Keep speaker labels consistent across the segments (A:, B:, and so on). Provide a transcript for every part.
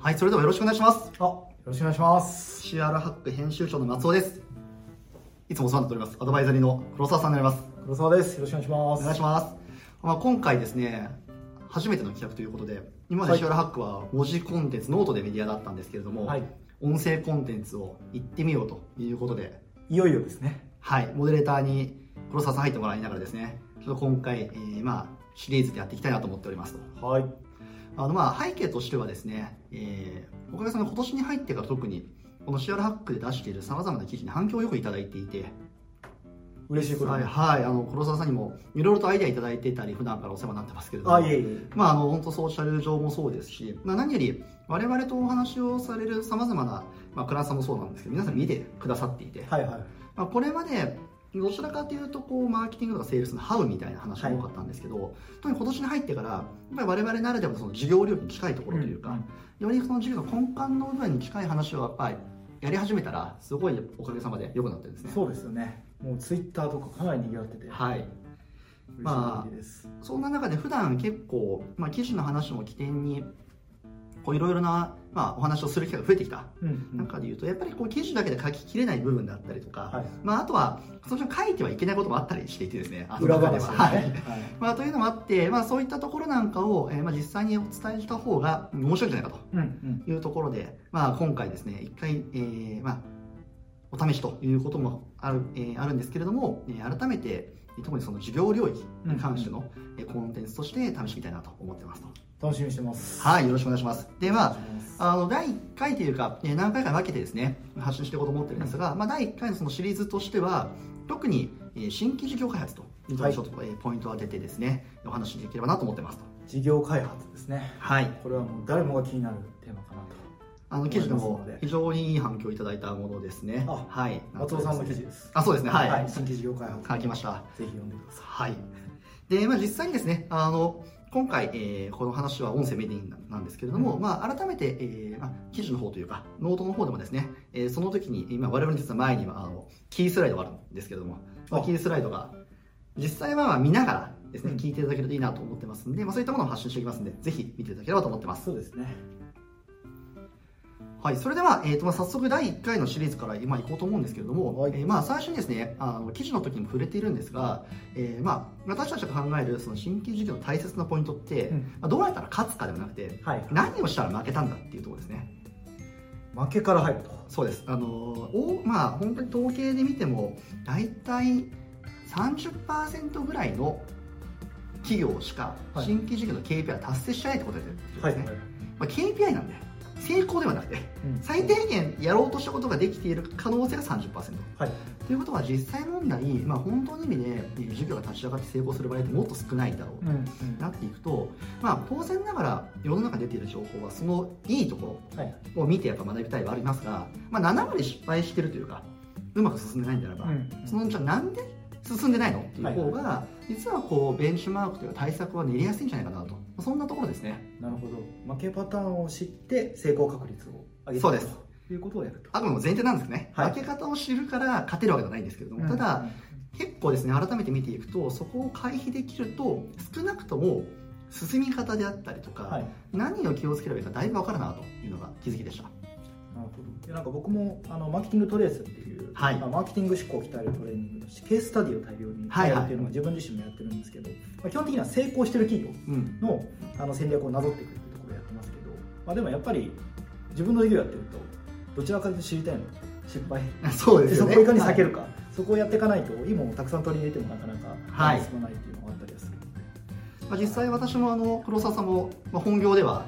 A: はい、それではよろしくお願いします。
B: あ、よろしくお願いします。
A: CR ハック編集長の松尾です。いつもお世話になっております。アドバイザリーの黒沢さんになります。
B: 黒沢です。よろしくお願いしま
A: お
B: す。
A: 願いします。まあ、今回ですね、初めての企画ということで、今まで
B: はい
A: CR ハックは文字コンテンツ、ノートでメディアだったんですけれども、
B: はい。
A: 音声コンテンツを行ってみようということで、
B: いよいよですね。
A: はい、モデレーターに黒沢さん入ってもらいながらですね、ちょっと今回、えーまあ、シリーズでやっていきたいなと思っておりますと。
B: はい。
A: あのまあ背景としてはですね、えーおかげさまで今年に入ってから特にこの CR ハックで出しているさまざまな記事に反響をよくいただいていて、
B: 嬉しいこと
A: はい、
B: に。
A: はい、あの黒沢さんにもいろいろとアイデアいただいてたり普段からお世話になってますけれども
B: あ、いえいえ。
A: まあ、あの本当ソーシャル上もそうですし、まあ、何より我々とお話をされるさまざまな、まあ、クラスさんもそうなんですけど皆さん見てくださっていて、
B: はいはい。
A: まあ、これまでどちらかというとこうマーケティングとかセールスのハウみたいな話が多かったんですけど、特に今年に入ってからやっぱり我々ならではのその事業領域に近いところというか、よりその事業の根幹の部分に近い話をやっぱりやり始めたらすごいおかげさまで良くなってるんですね
B: そうですよね。もうツイッターとかかなり賑わってて。
A: はい
B: 嬉しい限りです。
A: そんな中で普段結構、まあ、記事の話も起点にこういろいろな、まあ、お話をする機会が増えてきた
B: うんうん。
A: 中でいうとやっぱりこう記事だけで書ききれない部分だったりとか、
B: はい
A: まあ、あとはその書いてはいけないこともあったりしていてですねあの
B: 裏
A: 中で
B: 話で
A: は
B: すね。
A: はいまあ、というのもあって、まあ、そういったところなんかを、えーまあ、実際にお伝えした方がうん面白いんじゃないか
B: うんうん。
A: というところで、まあ、今回ですね一回、えーまあ、お試しということもある,、えーあるんですけれども、えー改めて特にその事業領域に関しての、えーコンテンツとして試してみたいなと思ってますと
B: 楽しみにしてます。
A: はいよろしくお願いしますでは、
B: お願いします
A: あの第1回というか、えー何回かに分けてですね発信していこうと思ってるんですが、まあ、第1回のそのシリーズとしては特に、えー新規事業開発というところにちょっと、えーポイントを当ててですねお話しできればなと思ってますと
B: 事業開発ですね。
A: はい
B: これはもう誰もが気になるテーマかな
A: あの記事で
B: 思い
A: も
B: ますので
A: 非常にいい反響をいただいたものですね
B: あ
A: はい
B: と。松尾さんの記事です。
A: あそうですねはい、
B: はい。新規事業開発。
A: 書きました
B: ぜひ読んでくださ
A: はいで、まあ、実際にですねあの今回、えーこの話は音声メディアなんですけれども、
B: う
A: まあ、改めて、えーまあ、記事の方というかノートの方でもですね、えーその時に今我々の実は前にはあのキースライドがあるんですけれども、まあ
B: あ
A: キースライドが実際はまあ見ながらですね、
B: うん
A: 聞いていただけるといいなと思ってますんで、まあ、そういったものを発信しておきますんでぜひ見ていただければと思ってま
B: い。
A: す、
B: そうですね。
A: はい、それでは、えーとまあ、早速第1回のシリーズから今行こうと思うんですけれども、
B: はい
A: えーまあ、最初にですねあの記事の時にも触れているんですが、えーまあ、私たちが考えるその新規事業の大切なポイントって、
B: うん
A: まあ、どうやったら勝つかではなくて
B: はい。
A: 何をしたら負けたんだっていうところですね
B: 負けから入ると。
A: そうですあのーお、まあ、本当に統計で見ても大体30%ぐらいの企業しか
B: はい
A: 新規事業の KPI は達成しないってことですね、
B: はい。
A: まあ、KPI なんで成功ではなくて
B: うん
A: 最低限やろうとしたことができている可能性が30%
B: はい。
A: ということは実際問題、まあ、本当の意味でえー事業が立ち上がって成功する場合ってもっと少ないだろう
B: うんうん。
A: となっていくと、まあ、当然ながら世の中に出ている情報はそのいいとこ
B: はい。
A: ろを見てやっぱ学びたいはありますが、まあ、7割失敗してるというかうまく進んでないんであれば、
B: うん
A: そのじゃあなんで進んでないのっていう方が、実はこうベンチマークというか対策は練りやすいんじゃないかなとまあそんなところですね。
B: なるほど負けパターンを知って成功確率を上げていく
A: そうです
B: ということをやると
A: あくまでも前提なんですね、
B: はい
A: 負け方を知るから勝てるわけではないんですけれども、ただ、結構ですね改めて見ていくとそこを回避できると少なくとも進み方であったりとか、
B: うんはいなる
A: 何を気をつければいいかだいぶ分かるなというのが気づきでした
B: ほどでなんか僕もあのマーケティングトレースっていう、
A: はい
B: まあマーケティング思考を鍛えるトレーニングとしてケーススタディを大量に
A: はいは
B: や
A: い
B: るっていうのが自分自身もやってるんですけど、まあ、基本的には成功してる企業
A: うん
B: のあの戦略をなぞっていくっていうところをやってますけど、まあ、でもやっぱり自分の事業やってるとどちらかというと知りたいのは失敗
A: そう
B: で
A: です
B: そ
A: よ
B: こ
A: ね
B: をいかに避け
A: る
B: るか、そこをやっていかないといいものをたくさん取り入れてもなかなか
A: はい
B: 進まないっていうのがあったりはするので、
A: まあ、実際私もあの黒沢さんも、まあ、本業では、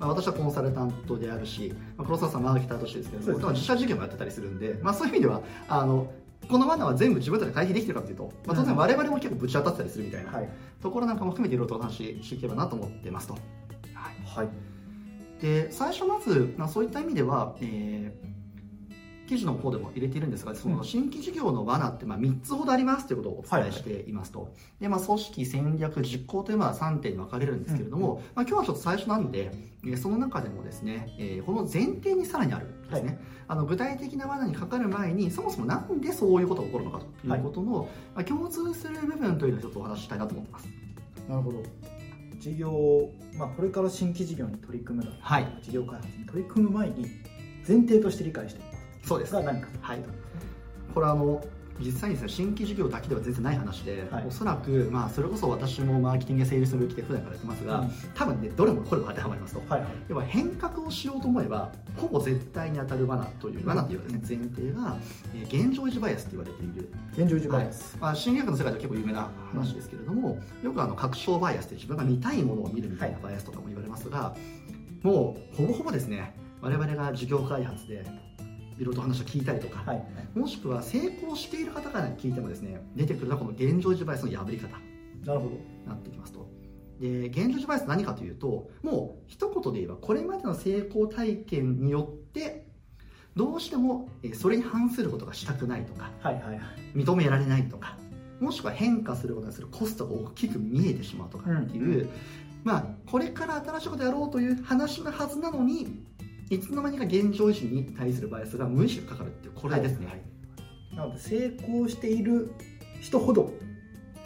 A: まあ、私はコンサルタントであるし、まあ、黒沢さんはマーケターとしてですけ
B: そう
A: ど
B: ですね
A: も、自社事業もやってたりするんで、まあ、そういう意味ではあのこの罠は全部自分たちで回避できてるかというと、まあ、当然我々も結構ぶち当たってたりするみたいな、
B: はい
A: ところなんかも含めていろいろとお話ししていければなと思ってますと。はい
B: はい
A: で最初まず、まあ、そういった意味では、えー記事の方でも入れているんですがその
B: うん
A: 新規事業の罠ってまあ3つほどありますということをお伝えしていますと、でまあ、組織戦略実行というまあ3点に分かれるんですけれども、まあ、今日はちょっと最初なんで、えーその中でもですね、えーこの前提にさらにあるんですね、
B: は
A: あの具体的な罠にかかる前にそもそもなんでそういうことが起こるのかということの、まあ、共通する部分というのをちょっとお話ししたいなと思ってます。
B: なるほど事業、まあ、これから新規事業に取り組むだとか、
A: はい
B: 事業開発に取り組む前に前提として理解していくこ
A: そうで
B: と
A: す
B: が何か
A: はいこれあの実際にですね新規事業だけでは全然ない話で、
B: はい
A: おそらく、まあ、それこそ私もマーケティングやセールスのルーキーで普段からやってますが、
B: うん
A: 多分ねどれもこれも当てはまりますと
B: はいはい
A: 要は変革をしようと思えばほぼ絶対に当たる罠という罠というかですね前提が、えー現状維持バイアスと言われている、
B: 現状維持バイアス、
A: まあ、心理学の世界では結構有名な話ですけれども、よくあの確証バイアスって自分が見たいものを見るみたいなバイアスとかも言われますが、もうほぼほぼですね我々が事業開発でいろいろと話を聞いたりとか、
B: はい
A: もしくは成功している方から聞いてもですね出てくるのはこの現状維持バイアスの破り方
B: なるほど
A: なってきますと。で現状ジバイアス何かというともう一言で言えばこれまでの成功体験によってどうしてもえーそれに反することがしたくないとか
B: はいはいはい
A: 認められないとかもしくは変化することにするコストが大きく見えてしまうとかっていう、
B: うん
A: まあ、これから新しいことやろうという話のはずなのにいつの間にか現状維持に対するバイアスが無意識にかかるっていうこれですね、
B: はいなので成功している人ほど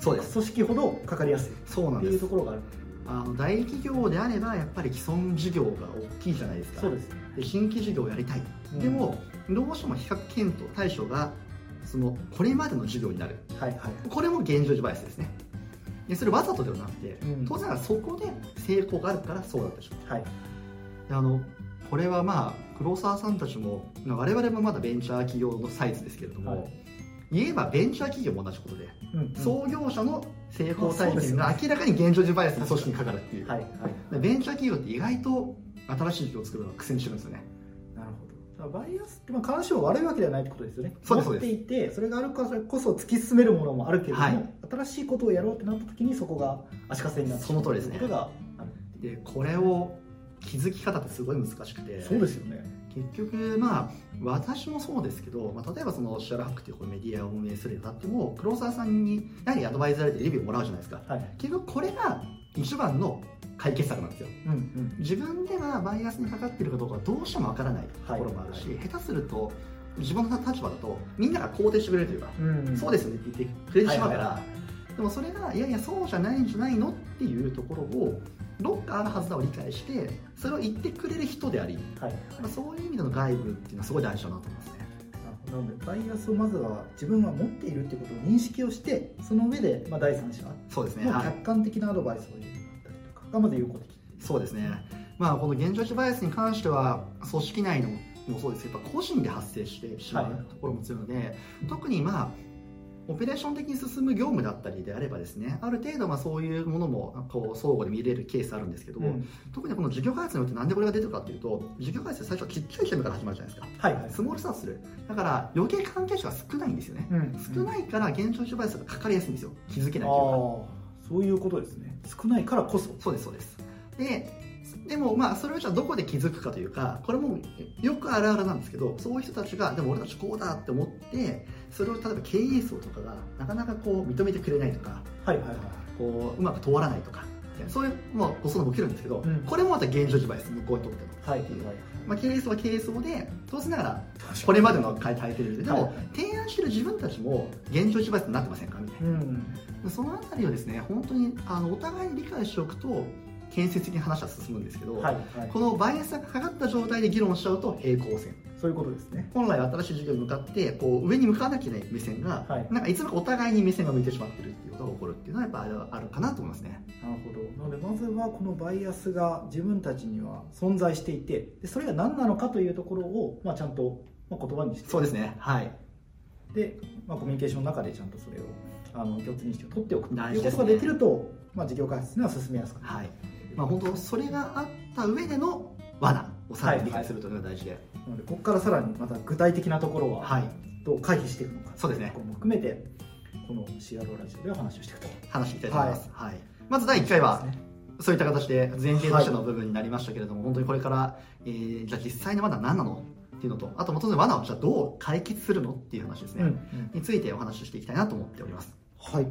A: そうで
B: 組
A: す
B: 織ほどかかりやすい
A: そうなん
B: って
A: で
B: いう
A: す
B: ところがある
A: あの大企業であればやっぱり既存事業が大きいじゃないですか
B: そうです
A: で新規事業をやりたい、
B: うん
A: でもどうしても比較検討対象がそのこれまでの事業になる
B: はいはい
A: これも現状自バイアスですねでそれわざとではなくて、
B: うん
A: 当然そこで成功があるからそうだったでしょ
B: はい
A: であのこれはまあ黒沢さんたちもまあ我々もまだベンチャー企業のサイズですけれども、
B: はい
A: 言えばベンチャー企業も同じことで、
B: うん
A: 創業者の成功
B: まあそ
A: 体
B: うです
A: 験
B: よね
A: が明らかに現状自バイアスの組織にかかるっていう、
B: はいはい
A: でベンチャー企業って意外と新しい事業を作るのが苦戦してるんですよね
B: なるほどバイアスってまあ必ずしも悪いわけではないってことですよね
A: そうですそう
B: 持
A: で
B: って
A: す
B: いてそれがあるからこそ突き進めるものもあるけれども、
A: はい
B: 新しいことをやろうってなった時にそこが足かせになって
A: その通りですね
B: ということがあるっていう
A: でこれを気づき方ってすごい難しくて
B: そうですよね
A: 結局まあ私もそうですけど、まあ、例えばそのシェアラハックというこのメディアを運営するにあたっても黒沢さんにやはりアドバイザーでレビューをもらうじゃないですか
B: はい
A: 結局これが一番の解決策なんですよ
B: うんうん
A: 自分ではバイアスにかかっているかどうかどうしてもわからないところもあるし、
B: は
A: 下手すると自分の立場だとみんなが肯定してくれるというか、
B: うん
A: そうですよねって言ってくれてしまうから、
B: はいは
A: でもそれがいやいやそうじゃないんじゃないのっていうところをどっかあるはずだを理解してそれを言ってくれる人であり、
B: はいはい
A: まあ、そういう意味での外部っていうのはすごい大事だなと思いますね
B: なのでバイアスをまずは自分は持っているっていうことを認識をしてその上で、まあ、第三者の
A: そうですね、はい、
B: 客観的なアドバイスを入れるだったりとかがまず有効的
A: そうですねまあこの現状値バイアスに関しては組織内のもそうですけどやっぱ個人で発生してしま
B: は
A: う
B: い
A: ところも強いので、特にまあオペレーション的に進む業務だったりであればですねある程度まあそういうものもこう相互で見れるケースあるんですけど、
B: うん
A: 特にこの事業開発によってなんでこれが出てるかっていうと事業開発って最初はちっちゃいチームから始まるじゃないですか
B: はいはい
A: スモールスタートするだから余計関係者が少ないんですよね、
B: うん
A: 少ないから現状主バイアスがかかりやすいんですよ気づけな
B: あ
A: いというか
B: あそういうことですね少ないからこそ
A: そうですそうですででもまあそれをじゃあどこで気づくかというかこれもよくあるあるなんですけどそういう人たちがでも俺たちこうだって思ってそれを例えば経営層とかがなかなかこう認めてくれないとか
B: はいはいはい
A: こううまく通らないとかそういうまあご相談も起きるんですけど、
B: うん
A: これもまた現状主バイアス向こうにとっての
B: はい
A: はい
B: はい
A: まあ、経営層は経営層で当然ながらこれまでの変え変えてるで
B: は
A: も
B: い
A: 提案してる自分たちも現状一倍になってませんかみたい
B: うん
A: なそのあたりをですね本当にあのお互いに理解しておくと建設的に話は進むんですけど、
B: はいはい
A: このバイアスがかかった状態で議論しちゃうと平行線
B: そういうことですね
A: 本来は新しい事業に向かってこう上に向かわなきゃいけない目線が、
B: はい
A: なんかいつもかお互いに目線が向いてしまってるっていうことが起こるっていうのはやっぱあるあるかなと思いますね
B: なるほどなのでまずはこのバイアスが自分たちには存在していてでそれが何なのかというところを、まあ、ちゃんと、まあ、言葉にして
A: そうですねはい
B: で、まあ、コミュニケーションの中でちゃんとそれをあの共通認識を取っておくと
A: 大
B: いう
A: 事
B: こ
A: ですね
B: とができると、まあ、事業開発には進めやすくなる
A: はいまあ本当それがあった上での罠をさらに理解するというのが大事で、
B: なのでここからさらにまた具体的なところは
A: はい、
B: どう回避していくのか
A: そうですね
B: ここも含めてこの CRO ラジオでお話をしていくと
A: 話していきたいと思います、はいまず第1回はそういった形で前提としての部分になりましたけれども、本当にこれから、えーじゃあ実際の罠何なのっていうのとあともう当然罠をじゃあどう解決するのっていう話です
B: う
A: ね、
B: んうん
A: についてお話ししていきたいなと思っております
B: はい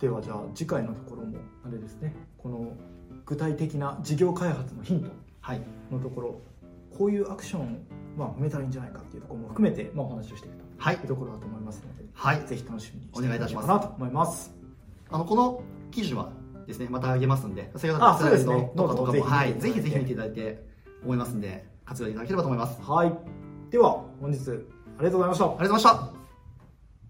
B: ではじゃあ次回のところもあれですねこの具体的な事業開発のヒント
A: はい
B: のところこういうアクションをまあ埋めたらいいんじゃないかっていうところも含めて、まあ、お話をしていくと
A: はい
B: いうところだと思いますので
A: はい
B: ぜひ楽しみにして
A: お願いいたします
B: ただければなと思います
A: あのこの記事はですねまたあげますんでそういう
B: あ
A: 方
B: そうですね
A: の動画とか
B: ノート
A: も
B: も
A: はい
B: ぜ
A: ぜ
B: ひ
A: ひ
B: 見ていただいて
A: ぜひ見ていただいて思いますんで活用いただければと思いますあり
B: はい。では、本日、ありがとうございました。
A: がとうございました